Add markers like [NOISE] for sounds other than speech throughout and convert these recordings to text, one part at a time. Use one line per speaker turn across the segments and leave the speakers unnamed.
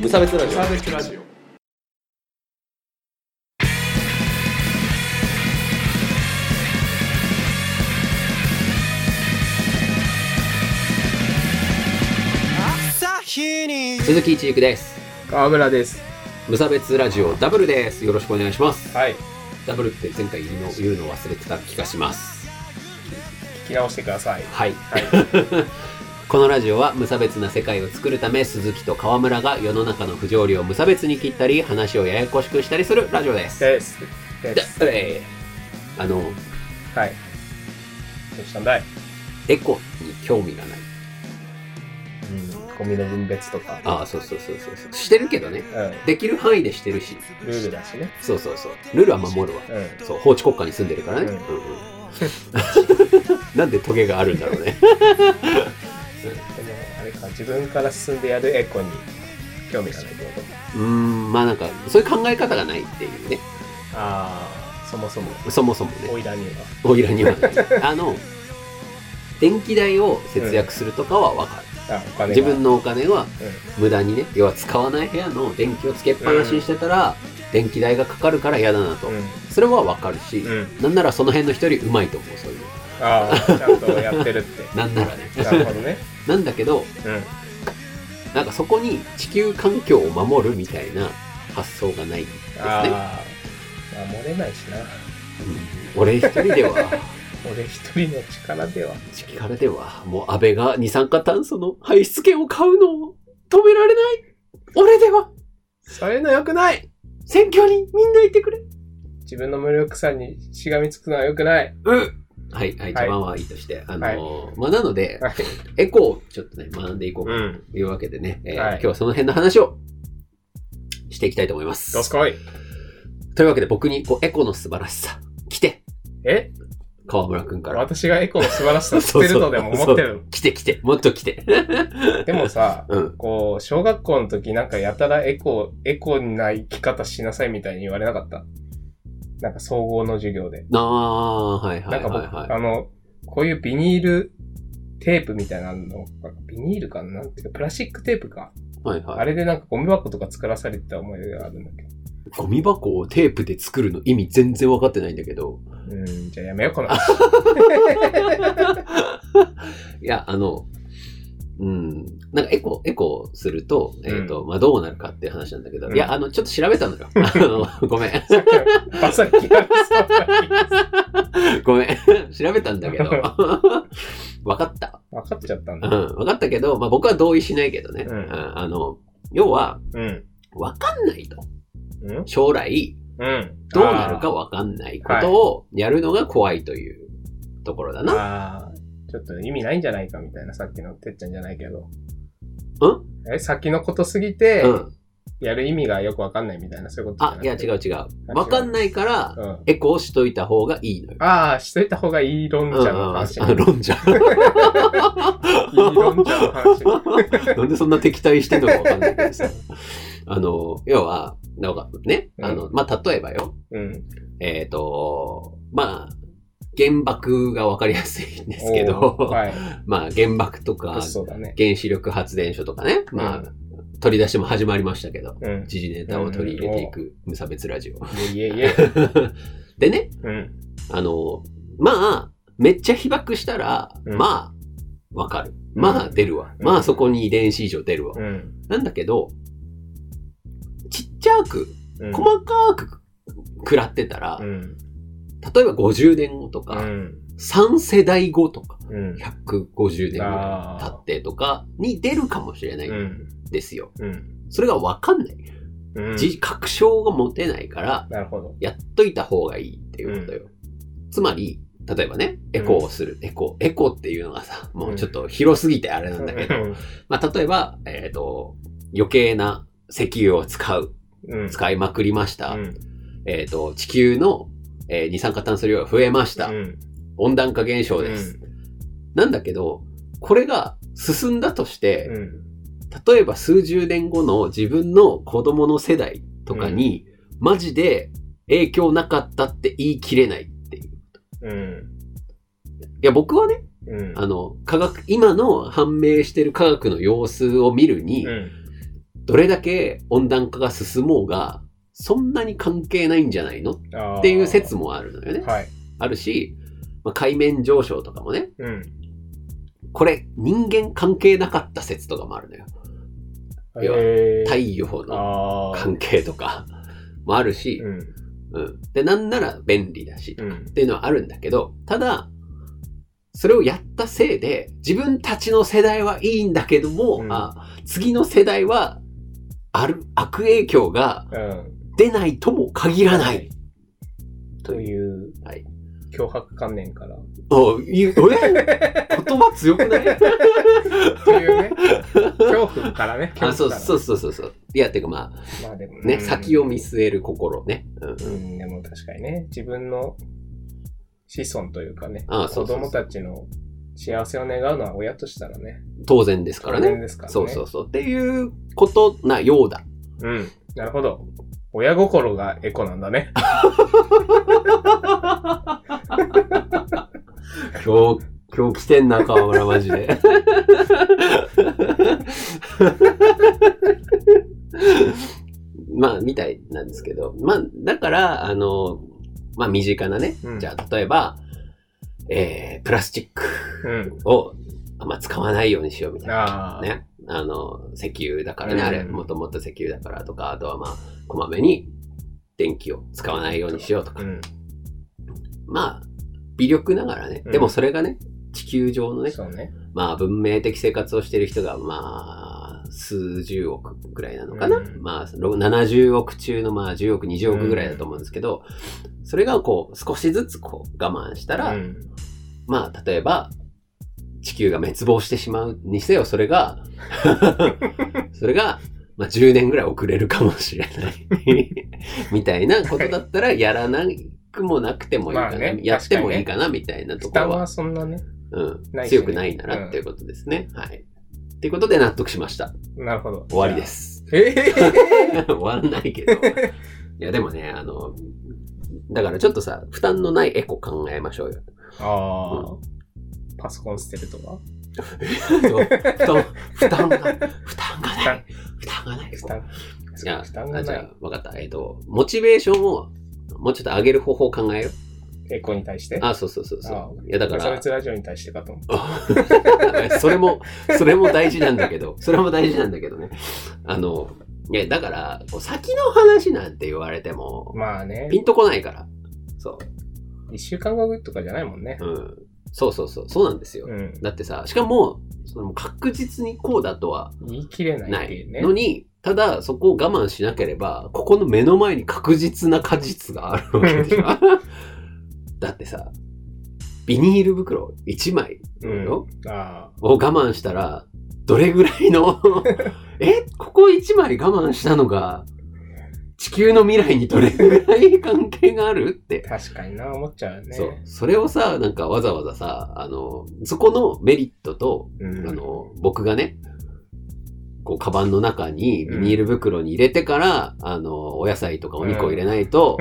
無差別ラジオ
サーベスラジオ
朝日に
鈴木一育です
川村です。
無差別ラジオダブルですよろしくお願いします
はい。
ダブルって前回言うの言うの忘れてた気がします
聞き直してください。
はい、
はい
[LAUGHS] このラジオは無差別な世界を作るため鈴木と河村が世の中の不条理を無差別に切ったり話をややこしくしたりするラジオです
です。です。
だえーあの
はい。どうしたんだい
エコに興味がない
うん。ゴミの分別とか。
ああそうそうそうそうそうしてるけどね
う
できる範囲でしてるし
ん。ルールだしね。
そうそうそうルールは守るわ
うん。
そう法治国家に住んでるからね、
う
う
ん
んうん [LAUGHS] なんでトゲがあるんだろ
[LAUGHS]
うね
でも、あれか、自分から進んでやるエコに興味がないってこ
うーんまあなんかそういう考え方がないっていうね
とああ、そもそも、
そもそも
お
ね
いらには。
おいらに
[LAUGHS]
はねあの電気代を節約するとかは分かる、
あ、お金が。
自分のお金は
う
無駄にね要は使わない部屋の電気をつけっぱなしにしてたら、電気代がかかるから嫌だなと、
ん。
それは分かるし、
うん。うん。
なんならその辺の人よりうまいと思うそういうの
ああ、ちゃんとやってるっ
なんならね
て。 [LAUGHS] なるほどね。
[LAUGHS] なんだけど
うん。
なんかそこに地球環境を守るみたいな発想がないんですね。
ああ、守れないしな。
うん俺一人では、
俺一人の力では。
地球からでは、もう安倍が二酸化炭素の排出権を買うのを止められない。俺では、
そういうの良くない
選挙にみんな行ってくれ。
自分の無力さにしがみつくのは良くない。
うん。はい、はい、
はい
邪魔はいいとして。あの
はい
ーまあ、なので、
はい
エコをちょっとね、学んでいこうか
ん。
というわけでね、えー
はい
今日はその辺の話をしていきたいと思います。
どすこい。
というわけで僕にこうエコの素晴らしさ、来て、
え
河村くんから。
私がエコの素晴らしさを知ってるとでも思ってる
来て来て、もっと来て。
の。でもさ、
うん。
こう、小学校の時なんかやたらエコ、エコな生き方しなさいみたいに言われなかった。なんか総合の授業で。
ああ、はいは
ないんか
は
僕、
い、はい。
あの、こういうビニールテープみたいなの、ビニールかななんていうか、プラスチックテープか。
はいはい、
あれでなんかゴミ箱とか作らされてた思い出があるんだけど。
ゴミ箱をテープで作るの意味全然分かってないんだけど。
うん、じゃあやめよう、こ
[LAUGHS]
の話。
いや、あの、うん、なんかエコ、エコすると、えっ、と、まあ、どうなるかっていう話なんだけど、
うん
いや、あの、ちょっと調べたの
[LAUGHS]
よ。あの、ごめん、
さっきのバサリ切られそうな
ごめん、 [LAUGHS] 調べたんだけど。 [LAUGHS] 分かった。
分かっちゃったん
う
だ
ん、。分かったけど、まあ、僕は同意しないけどね。
うん
あの、要は、
うん。
分かんないと。
うん。
将来、
うん。
どうなるか分かんないことをやるのが怖いというところだな。
あーあー。ちょっと意味ないんじゃないかみたいな、さっきのてっちゃんじゃないけど。
ん
え、先のことすぎて
う、ん。
やる意味がよくわかんないみたいな、そういうことじ
あ
ゃな、
いや違
う。
う違う。わかんないから
う、ん。
エコをしといた方がいいのよ。
ああ、しといた方がいい論
うんうん
者の話。
あ論者。
いい論者の話。
なんでそんな敵対してんのかわかんないけど
[LAUGHS]
さ。あの、要は、なんかね、あの、まあ、例えばよ、 [LAUGHS]
うん。
えっ、と、まあ、原爆がわかりやすいんですけ
おー
ど、
はい。
[LAUGHS] まあ、原爆とか、
そうだね。
原子力発電所とかね、まあ、
う
取り出しも始まりましたけど、
うん。
時事ネタを取り入れていく無差別ラジオ。
いえいえ。
[LAUGHS] でね、
うん。
あの、まあ、めっちゃ被爆したら、
うん
まあ、わかる。まあ、出るわ。
うん
まあ、そこに遺伝子異常出るわ。
うん。
なんだけど、ちっちゃく、
うん。
細かく食らってたら、
うん。
例えば50年後とか、
うん。
3世代後とか、
うん。
150年後
あー
経ってとかに出るかもしれない
うんん。
ですよ。
うん。
それがわかんない。
うん。
じ確証が持てないから、
なるほど。
やっといた方がいいっていうことよ。つまり、例えばね、エコをする、エコ、エコっていうのがさ、もうちょっと広すぎてあれなんだけど、まあ、例えば、えっ、と、余計な石油を使う、
うん。
使いまくりました。
うん。
えっ、と、地球の、えー二酸化炭素量が増えました。
うん。
温暖化現象です、なんだけど、これが進んだとして、
うん。
例えば数十年後の自分の子供の世代とかに、マジで影響なかったって言い切れないっていう。い
うん。
や、僕はね、
うん。
あの、科学、今の判明してる科学の様子を見るに、
うん。
どれだけ温暖化が進もうが、そんなに関係ないんじゃないのっ
って
いう説もあるのよね。
はい。
あるし、まあ、海面上昇とかもね、
うん。
これ人間関係なかった説とかもあるのよ。要は
え
太陽の
ああ。
関係とかもあるし、
うん。
うん。で、なんなら便利だし、
う
っ
ん。
ていうのはあるんだけど、ただ、それをやったせいで、自分たちの世代はいいんだけども、
うん
あ次の世代は、ある、悪影響が
うん。
出ないとも限らない。
という、
はい。
脅迫観念から。
おい
[LAUGHS]
え言葉強くない
とい
[LAUGHS]
うね、恐怖からね。。
あそうそううそうそうそう。いや、てかまあ、
まあでも
ね、
うん
先を見据える心ね。うん
うん、でも確かにね、自分の子孫というかね、
ああそうそうそう
子供たちの幸せを願うのは親としたらね、
当然ですから
当然
ね。
ですからね。
そうそうそう。っていうことなようだ。
うん、なるほど。親心がエコなんだね。
今日、今日来てんな、河村、マジで。まあ、みたいなんですけど。まあ、だから、あの、まあ、身近なね。
うん
じゃあ、例えば、えー、プラスチック
うん。
をあんま使わないようにしようみたいな。
ああ。
ね。あの、石油だからね、あれ、
うん
もともと石油だからとか、あとはまあ、こまめに電気を使わないようにしようとか
う。ん。
まあ、微力ながらね、
うん
でもそれがね、地球上のね、
そうね。
まあ文明的生活をしてる人が、まあ、数十億ぐらいなのかな。
うん
まあ、ろ70億中のまあ10億、20億ぐらいだと思うんですけど、それがこう、少しずつこう、我慢したら、
うん。
まあ、例えば、地球が滅亡してしまうにせよ、それ
[LAUGHS]
が、それが、まあ、10年ぐらい遅れるかもしれ
[LAUGHS]
ない。みたいなことだったら、やらなくもなくてもいいかな。
まあね
やってもいいかな、みたいなと
負
ころ
担
は
は、そんなね。
うん
ないしね
強くないならっていうことですね。はい。っていうことで納得しました。
なるほど。
終わりで。
[LAUGHS]
す。
え
[LAUGHS]
え
終わんないけど。いや、でもね、あの、だからちょっとさ、負担のないエコ考えましょうよ。
ああ。パソコン捨てるとか
そう負担、負担が、負担がない。負担がない。
負担。
いや
負担が
あじ
な
ゃあ、
い。
わかった。えっ、と、モチベーションを、もうちょっと上げる方法を考えよう。
エコに対して。
あ、そうそうそうそ
あ
う。いや、だか
差
ら、
別ラジオに対してかと思っ
それも、それも大事なんだけど、それも大事なんだけどね。あの、いや、だから、こう先の話なんて言われても
た。、まあね。
ピンとこないから。そ
一週間後とかじゃないもんね
う。。うん。そうそうそう。そうなんですよ。
うん。
だってさ、しかも、その確実にこうだとは
言い切れな
ない
って
い
いうね。
のに、ただそこを我慢しなければ、ここの目の前に確実な果実があるわけでしょ。
[LAUGHS]
だってさ、ビニール袋1枚
うん
よ、
あ
を我慢したら、どれぐらい
[LAUGHS]
の、え、ここ1枚我慢したのが、地球の未来にどれぐらい関係があるって
あ、確かにな、思っちゃうね。
そう。それをさ、なんかわざわざさ、あの、そこのメリットと、
うん
あの、僕がね、こう、カバンの中にビニール袋に入れてから、あの、お野菜とかお肉を入れないと、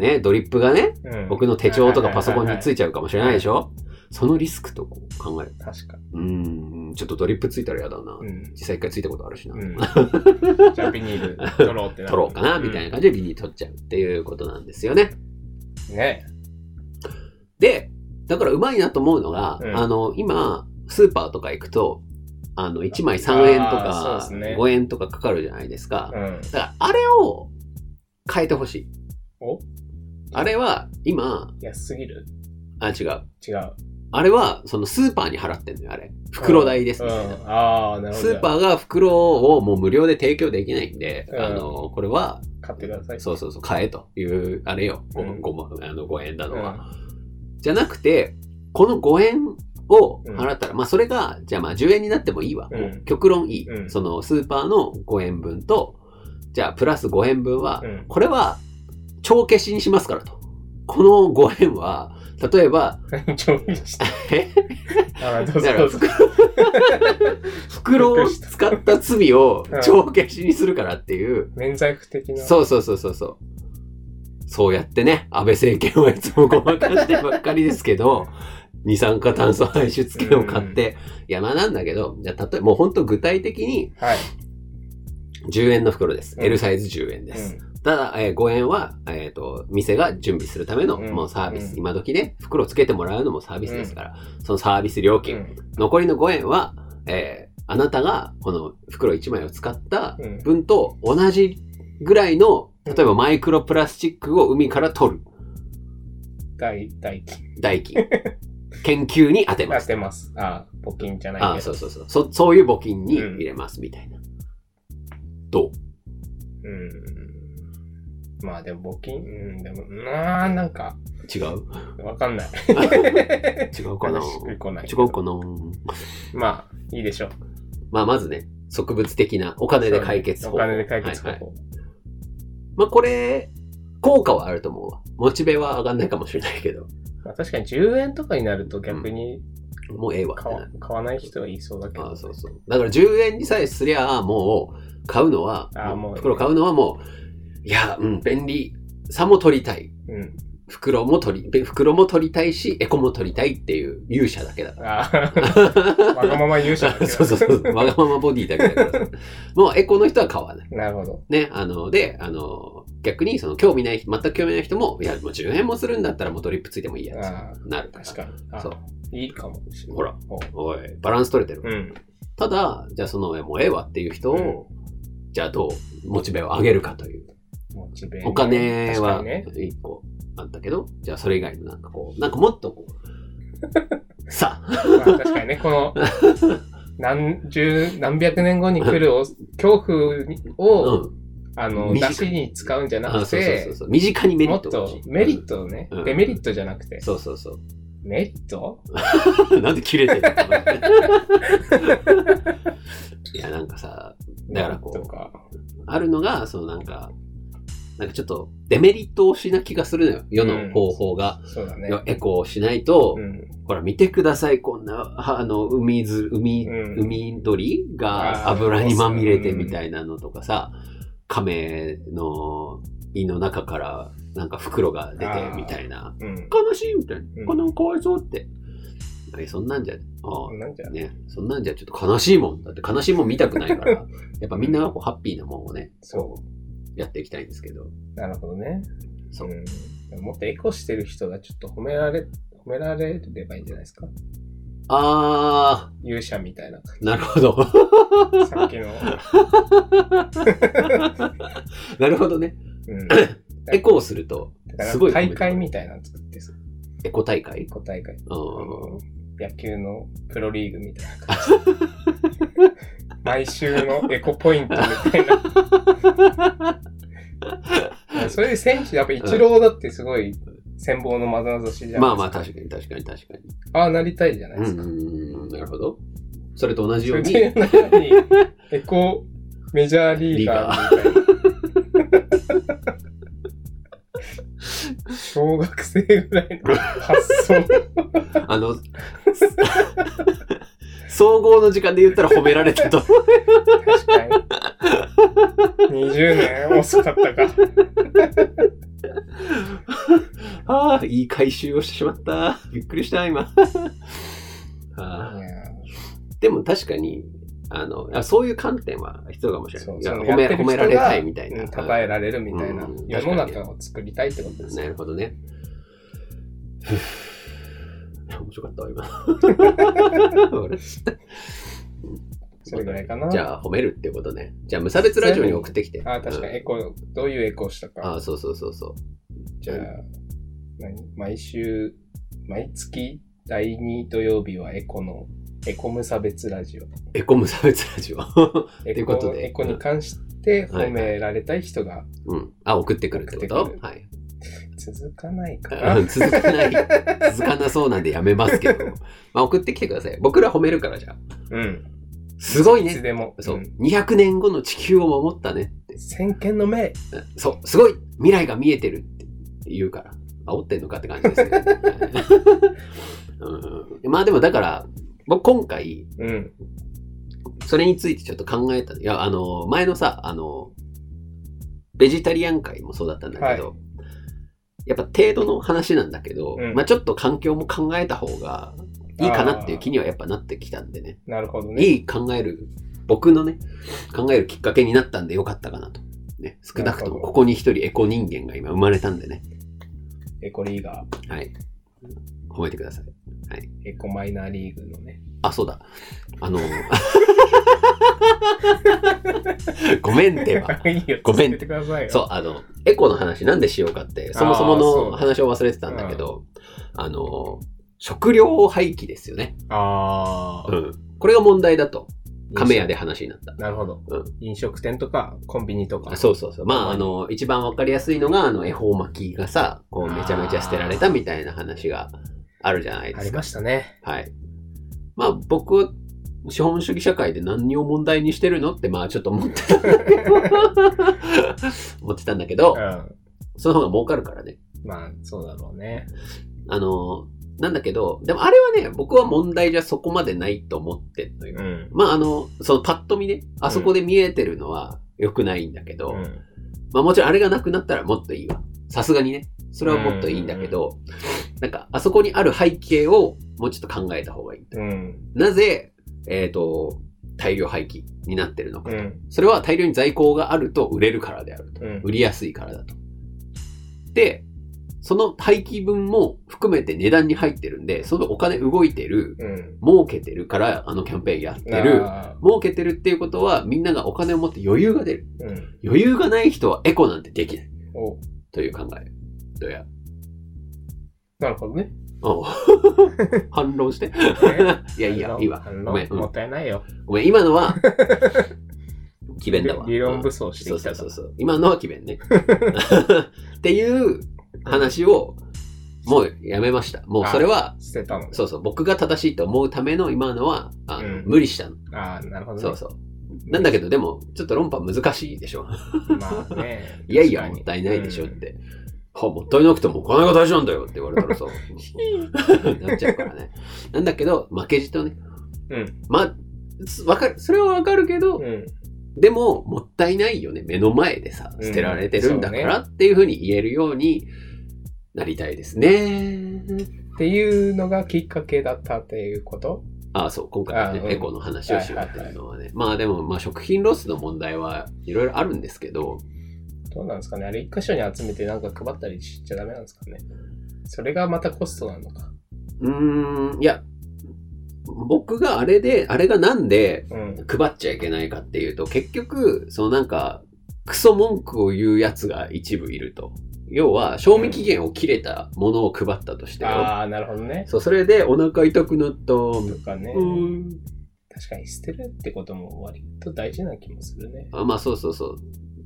ね、ドリップがね、
うん
僕の手帳とかパソコンにつ
い
いちゃうかもしれないでしょそのリスクとこう考える。
て。確かに。
うーん、ちょっとドリップついたら嫌だな。
うん。
実際一回ついたことあるしな。
うんじゃあビニール取ろうってなる。
取ろうかな、みたいな感じでビニール取っちゃうっていうことなんですよね。
うん。ね。
で、だからうまいなと思うのが、
うん
あの、今、スーパーとか行くと、あの、1枚3円と
あー
か
そうですね
5円とかかかるじゃないですか。
うん。
だから、あれを変えてほしい。
お
あれは、今、
安すぎる
あ、違う。
違う。
あれは、そのスーパーに払ってんのよ、あれ。袋代です
う
みたい
ん
な。。
ああ、なるほ
ス
ど。
ーパーが袋をもう無料で提供できないんで、
うん
あの、これは、
買ってください。
そうそうそう、買えという、あれよ、
うん
5, あの5円だのは。
うん
じゃなくて、この5円を払ったら、まあそれが、じゃあまあ10円になってもいいわ。
うん
極論いい、
うん
そのスーパーの5円分と、じゃあプラス5円分は、
うん
これは帳消しにしますからと。この5円は、例えば、
[LAUGHS] 調理して。
[LAUGHS] え
あーどう
だ
ぞ
か
ど
ら
うぞ。 [LAUGHS]
袋袋を使った罪を帳消しにするからっていう、
免罪符的な。
そうそうそうそうそう。そうやってね、安倍政権はいつもごまかしてばっかりですけど、 [LAUGHS] 二酸化炭素排出権を買って、山なんだけど、じゃあ、例えば、もう本当具体的に、
はい。
10円の袋です。
うん
L サイズ10円です。ただ、えー5円は、えっ、と、店が準備するための、
うん
もうサービス、
うん
今時ね、袋つけてもらうのもサービスですから、そのサービス料
う
金。
ん。
残りの5円は、えーあなたがこの袋1枚を使った
うん
分と同じぐらいの、例えばマイクロプラスチックを海から取る
大、大金。
代
[LAUGHS]
金。研究に当てま
出
す。
してます。ああ、募金じゃないけど。
ああ、そうそうそう。そ、そういう募金に入れます、みたいな。どう
うん。まあでも募金、うん、でも、なあ、なんか、
違う
[LAUGHS] わかんない。
違うかな
しく来ない。
違うかな
まあ、いいでしょう。
まあ、まずね、植物的なお金で解決
お
法。
金で解決方
はいはい
法。
まあ、これ、効果はあると思うわ。モチベは上がんないかもしれないけど、
まあ確かに10円とかになると逆に
もうええわって
買
な
わ
る。
買わない人はいそうだけど。
ああ、そうそう。だから10円にさえすりゃ、もう、買うのは、
ああもう
袋買うのはもう、いや、うん、便利さも取りたい。
うん。
袋も取り、べ袋も取りたいし、エコも取りたいっていう勇者だけだか
ああ、
ら。
[LAUGHS] わがまま勇者だけ
[LAUGHS]
ど
そうそうそう。わがままボディだけだからさ。もうエコの人は買わない。
なるほど。
ね、あの、で、あの、逆に、その、興味ない、全く興味ない人も、いや、もう10円もするんだったら、もうドリップついてもいいや
あ
つ。なるから。
確かに。あ
そう。
いいかもしれない。
ほら
おう。
おい、バランス取れてる。
うん。
ただ、じゃあその、もうええわっていう人を、じゃあどう、モチベを上げるかという。
モチベーション
お金
確か
は
にね。
一個あったけど、じゃあそれ以外のなんかこう、なんかもっとこ
[LAUGHS]
う、さあ、
まあ確か
[LAUGHS]
にね、この、何十、何百年後に来るお恐怖にを、
うん。
あの、
短
出
い
しに使うんじゃな
あ
く
そうそうそ
て
う、そう。身近にメリ
も
ッ
っ
ト
とメリットをね、
うん
デメリットじゃなくて、
そうそうそう。 [LAUGHS]
メリット
なんで切れてるの [LAUGHS] いや、なんかさ、だからこう
メリットか
あるのが、そのなんか、なんかちょっとデメリット推しな気がするのよ。世の方法が。
そうだね。
よエコをしないと、
うん。
ほら見てください、こんな、ああの、海ず、海、
うん
海鳥が
あー
油にまみれてみたいなのとかさ、亀の胃の中からなんか袋が出てみたいな、
うん。
悲しいみたい
うん
な、このかわいそうって。あれそんなんじゃ、あー
なんじゃ
ね、そんなんじゃちょっと悲しいもん。だって悲しいもん見たくないから、 [LAUGHS] やっぱみんながこうハッピーなもんをね、
そ
やっていきたいんですけど。
う。なるほどね。
そう。
ん。でももっとエコしてる人がちょっと褒められ、褒められればいいんじゃないですか
あ
勇者
[LAUGHS]
みたいな感
ー、なるほど。
じ。さっきの。
なるほどね。
うん。
エコをすると、
だから
すごい
大会みたいなの作ってさ、
エコ大会
エコ大会。
うん
あの。野球のプロリーグみたいな感
[LAUGHS]
じ。毎週のエコポイントみた
[LAUGHS]
いな。それで選手、やっぱイチローだってすごい、戦望のまざまざしじゃん。
まあまあ、確かに確かに確かに。
ああ、なりたいじゃないうです
ん
か。
うんうん、なるほど。それと同じよう
う
に
ち、の中に、エコメジャーリーガーみたいな。 [LAUGHS] 小学生ぐらいの発想。
あの、総合の時間で言ったら褒められ
[LAUGHS]
たと。
確かに。20年遅かったか。
ああ、いい回収をしてしまった。びっくりした、今。 [LAUGHS] あー
いや
でも確かに、あの、あそういう観点は必要かもしれな
そ
いういや。
その
褒め
やってる
褒
人が
められたいみたい
うん
な。
称えられるみたいな
うん
世の中を作りたいってことです
な
ね。
るほどね。ふぅ面白かった [LAUGHS] わ、今。俺
それぐらいかな。
じゃあ、褒めるってことね。じゃあ、無差別ラジオに送ってきて。
あ、確か
う
に
ん
エコ、どういうエコをした
あ
か。
あ、そうそうそうそう。
じゃあ、何毎週、毎月第2土曜日はエコの、エコ無差別ラジオ。
エコ無差別ラジオ。 [LAUGHS]
エ
いう
コ
ことで
エコに関して
うんはい
褒められたい人が
うん。あ、送ってくるってこと
送ってく
はい。
続かないかな。
うん続かない。続かなそうなんでやめますけど。まあ、送ってきてください。僕ら褒めるから、じゃあ。
うん。
すごい
い
ね
つ。でも。
そう、
ん
200年後の地球を守ったね。
先見の目。
そう、すごい未来が見えてるって言うから、煽ってんのかって感じで
[LAUGHS]
すけど、うん。まあでもだから、僕今回、
うん。
それについてちょっと考えた。いや、あの、前のさ、あの、ベジタリアン会もそうだったんだけど、やっぱ程度の話なんだけど、
うん
まあちょっと環境も考えた方がいいかなっていう気にはやっぱなってきたんでね。
なるほどね。
いい考える僕のね、考えるきっかけになったんでよかったかなと。ね、少なくともここに一人エコ人間が今生まれたんでね。
エコリーガー、
はい。覚えてください。
エコマイナーリーグのね。
あ、そうだ。あの、 [LAUGHS] ごめんてば。
[LAUGHS] いいよ
ごめん
続けてくださいよ。
そう、あの、エコの話なんでしようかって、そもそも
あーそう
の
だ
話を忘れてたんだけど、あの、食料廃棄ですよね。
ああ
う。ん。これが問題だと、亀屋で話になった。
なるほど、
うん
飲食店とか、コンビニとか。
あそうそうそう。まあ、あの、一番わかりやすいのが、あの、恵方巻きがさ、こう、めちゃめちゃ捨てられたみたいな話があるじゃないで
あ
す
り
か
ま。したね。
はい。まあ、僕は、資本主義社会で何を問題にしてるのって、まあ、ちょっと思ってたんだけ
[LAUGHS]
ど、思ってたんだけど
う、ん。
その方が儲かるからね。
まあ、そうだろうね。
あの、なんだけど、でもあれはね、僕は問題じゃそこまでないと思ってんのよ。
うん。
まあ、あの、そのパッと見ね、あそこで見えてるのは良くないんだけど、
うん
まあもちろんあれがなくなったらもっといいわ。さすがにね。それはもっといいんだけど、なんかあそこにある背景をもうちょっと考えた方がいい。
うん。
なぜ、えっ、と、大量廃棄になってるのか
う
と。
ん。
それは大量に在庫があると売れるからであると。
うん
売りやすいからだと。で、その廃棄分も含めて値段に入ってるんで、そのお金動いてる、
うん。
儲けてるからあのキャンペーンやってる。
あ
儲けてるっていうことはみんながお金を持って余裕が出る。
ーうん。
余裕がない人はエコなんてできない。
お
という考え。どうや。
なるほど
[LAUGHS]
ね。
おう [LAUGHS] 反論して。いやいいや、いいわ。
反
ご
論
めん、うん
もったいないよ。
ごめん、今のは、
[LAUGHS]
奇弁だわ。
理理論武
装
装して
そう
き
そ
た
う
と
そうそう。今のは奇弁ね。 [LAUGHS] っていう話を、もうやめました。もうそれは、
捨てたの。
そうそう、僕が正しいと思うための今のは、あの
うん
無理したの。
ああ、なるほどね。
そうそう。なんだけど、でも、ちょっと論破難しいでしょ。
まあね
[LAUGHS] 。いやいや、もったいないでしょっ。て。はもったいなくてもお金が大事なんだよって言われた [LAUGHS] らさ、なっちゃうからね。なんだけど、負けじとね。
うん。
まあ、すわかる、それはわかるけど、
うん。
でも、もったいないよね。目の前でさ、
うん
捨てられてるんだからっていうふうに言えるようになりたいですね。
っていうのがきっかけだったっていうこと
ああ、そう、今回はね
あ、うん
エコの話をしようっていうのはね。まあでも、まあ食品ロスの問題はいろいろあるんですけど、
どうなんですかねあれ一箇所に集めてなんか配ったりしちゃダメなんですかねそれがまたコストなのか。
うーん、いや、僕があれで、あれがなんで、
うん。
配っちゃいけないかっていうと、結局、そのなんか、クソ文句を言うやつが一部いると。要は、賞味期限を切れたものを配ったとしてよ。
ああ、なるほどね。
そう、それでお腹痛くなった。う
とかね。
ん。
確かに捨てるってことも割と大事な気もするね。
あまあ、そうそうそう。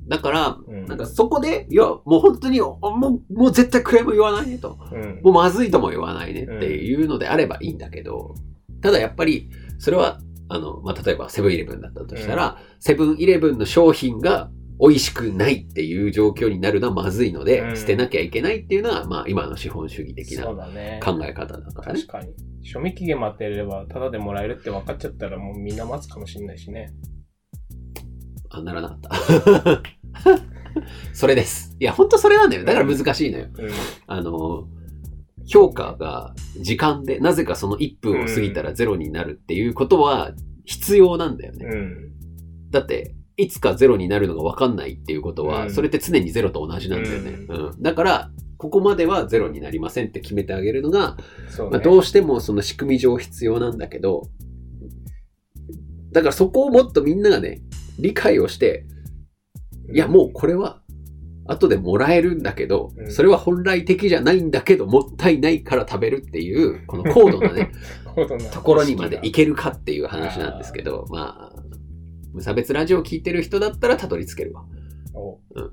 だから、
うん。
なんかそこで、いや、もう本当に、おもう、もう絶対クレーム言わないねと。
うん
もうまずいとも言わないねっていうのであればいいんだけど、ただやっぱり、それは、あの、まあ、例えばセブンイレブンだったとしたら、セブンイレブンの商品が美味しくないっていう状況になるのはまずいので、
うん
捨てなきゃいけないっていうのは、まあ、今の資本主義的な
そうだね。
考え方だからね
確。かに。賞味期限待ってれば、ただでもらえるって分かっちゃったら、もうみんな待つかもしれないしね。
あ、ならなかった。 [LAUGHS] それです。いや、本当それなんだよ。だから難しいのよ。
うん。
あの、評価が時間で、なぜかその1分を過ぎたらゼロになるっていうことは必要なんだよね。
うん。
だって、いつかゼロになるのが分かんないっていうことは、
うん
それって常にゼロと同じなんだよね。う
うん
だから、ここまではゼロになりませんって決めてあげるのが、
そうね。
まあ、どうしてもその仕組み上必要なんだけど、だからそこをもっとみんながね、理解をして、いやもうこれは、後でもらえるんだけど
う、ん
それは本来的じゃないんだけど、もったいないから食べるっていう、この高度
[LAUGHS]
なね、
高度な
ところにまで行けるかっていう話なんですけど、まあ、無差別ラジオを聞いてる人だったらたどり着けるわ。
お
[LAUGHS] うん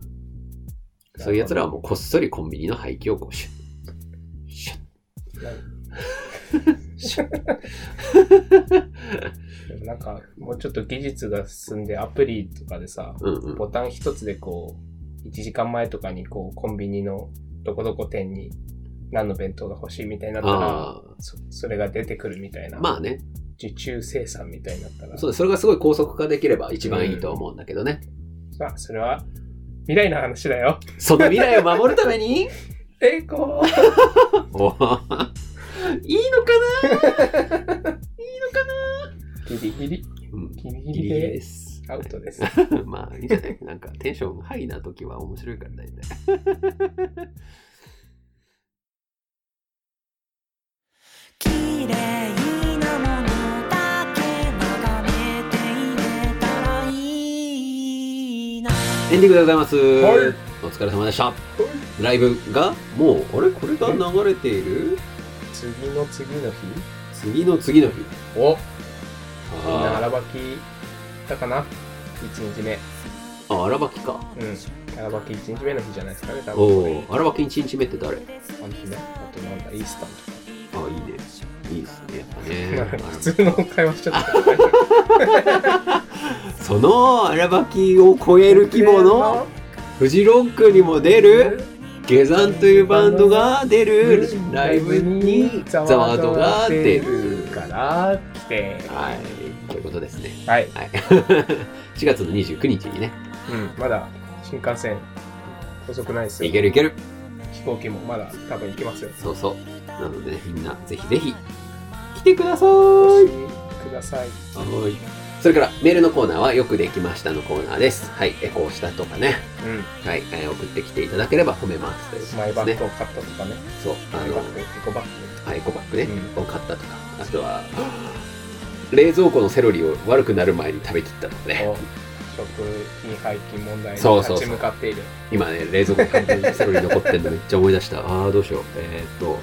そういう奴らはもうこっそりコンビニの廃棄をこうシュッ。シュッ。シュッ。
でもなんか、もうちょっと技術が進んで、アプリとかでさ、
うんうん。
ボタン一つでこう、1時間前とかにこう、コンビニのどこどこ店に何の弁当が欲しいみたいになったら、
あ
そそれが出てくるみたいな、
あ。まあね。
受注生産みたいになったら、
そう、それがすごい高速化できれば一番いいと思うんだけどね。
まあ、それは未来の話だよ。
その未来を守るため [LAUGHS] に
えこ
おいいのかな
う技リギリ。
うん。
ギリギ
ギリ
リ
ギリで。
ですアウトです。
はい [LAUGHS] まあ、いいんじゃないなんかテンションハイな時は面白いから大体。
綺麗なものだけ眺めていれたらいいな
エンディングでございます。
はい
お疲れ様でした。ライブが、もう、あれこれが流れている
次の次の日
次の次の日。
おみんな
あ
荒ばきだかな ?1 日目。
ーあ、荒ばきか。
うん。荒ばき1日目の日じゃないですかね、多
お
分。
お、荒ばき1日目って誰あ、い
あの日ね。あとなんだ、イースタンとか。
いね。いいですね。やっぱね
なん
[LAUGHS]
か
荒ば
[LAUGHS] 普通の会話しちゃったから。
き。その荒ばきを超える規模のフジロックにも出る下山というバンドが出るライブにザワードが出る。
から来て。
はい。ということですね。
はい。
はい。4月の29日にね、
うん。まだ新幹線遅くないですよ
い。けるいける。
飛行機もまだ多分行けますよ。
そうそう。なので、ね、みんなぜひぜひ来てください。
お越しください。
はい。それからメールのコーナーはよくできましたのコーナーです。はい。エコーしたとかね。
うん。
はい。えー送ってきていただければ褒めます。という
マイ
こと
バ
で
ッ
すね。
グを買ったとかね。
そう。あ
マイ
の
バッグ、エコバッグ。
はい、エコバッグね。
う
を買ったとか。あとは、冷蔵庫のセロリを悪くなる前に食べきったとかね
お。食品廃棄問題に
そうそうそう
立ち向かっている
今ね、冷蔵庫に完全にセロリ残ってんのめっちゃ思い出した。ああ、どうしよう。えー、っと、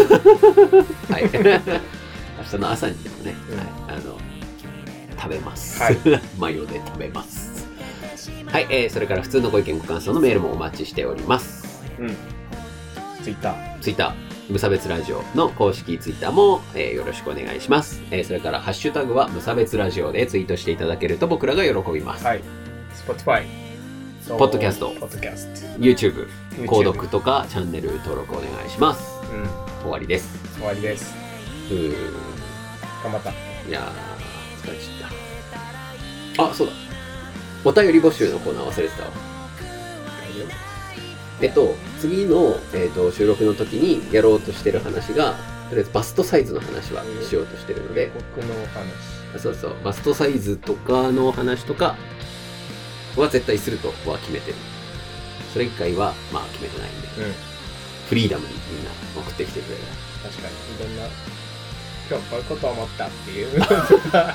生で
はい。 [LAUGHS] 明日の朝にでもね、
うん
はい、あの、食べます。
はい
[LAUGHS] マヨで食べます。はい、えー、それから普通のご意見、ご感想のメールもお待ちしております。
食べるうんツイッター
ツイッター、無差別ラジオの公式ツイッターも、えーよろしくお願いします。えー、それからハッシュタグは無差別ラジオでツイートしていただけると僕らが喜びます。
はい Spotify
ポッドキャスト
ポッドキャス
YouTube、
ト
購読とかチャンネル登録お願いします。
うん
終わりです。
終わりです
うー
頑張った
ん、いやー、疲れちゃった。あ、そうだ。お便り募集のコーナー忘れてたわ。
大丈夫
えっと、次の、えっと収録の時にやろうとしてる話が、とりあえずバストサイズの話はしようとしてるので、
僕のお話
そうそう、バストサイズとかの話とかは絶対するとは決めてる。それ以外は、まあ決めてないんで、
うん
フリーダムにみんな送ってきてくれる。
確かにいろんな今日こういうこと思ったってい
[LAUGHS]
うのが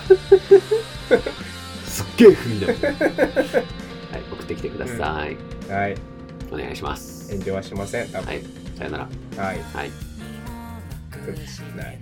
すっげえフリーダム。はい、送ってきてください。
はい
お願いします
遠。慮はしません多分
はい、さよなら。
はい
はい。
口しない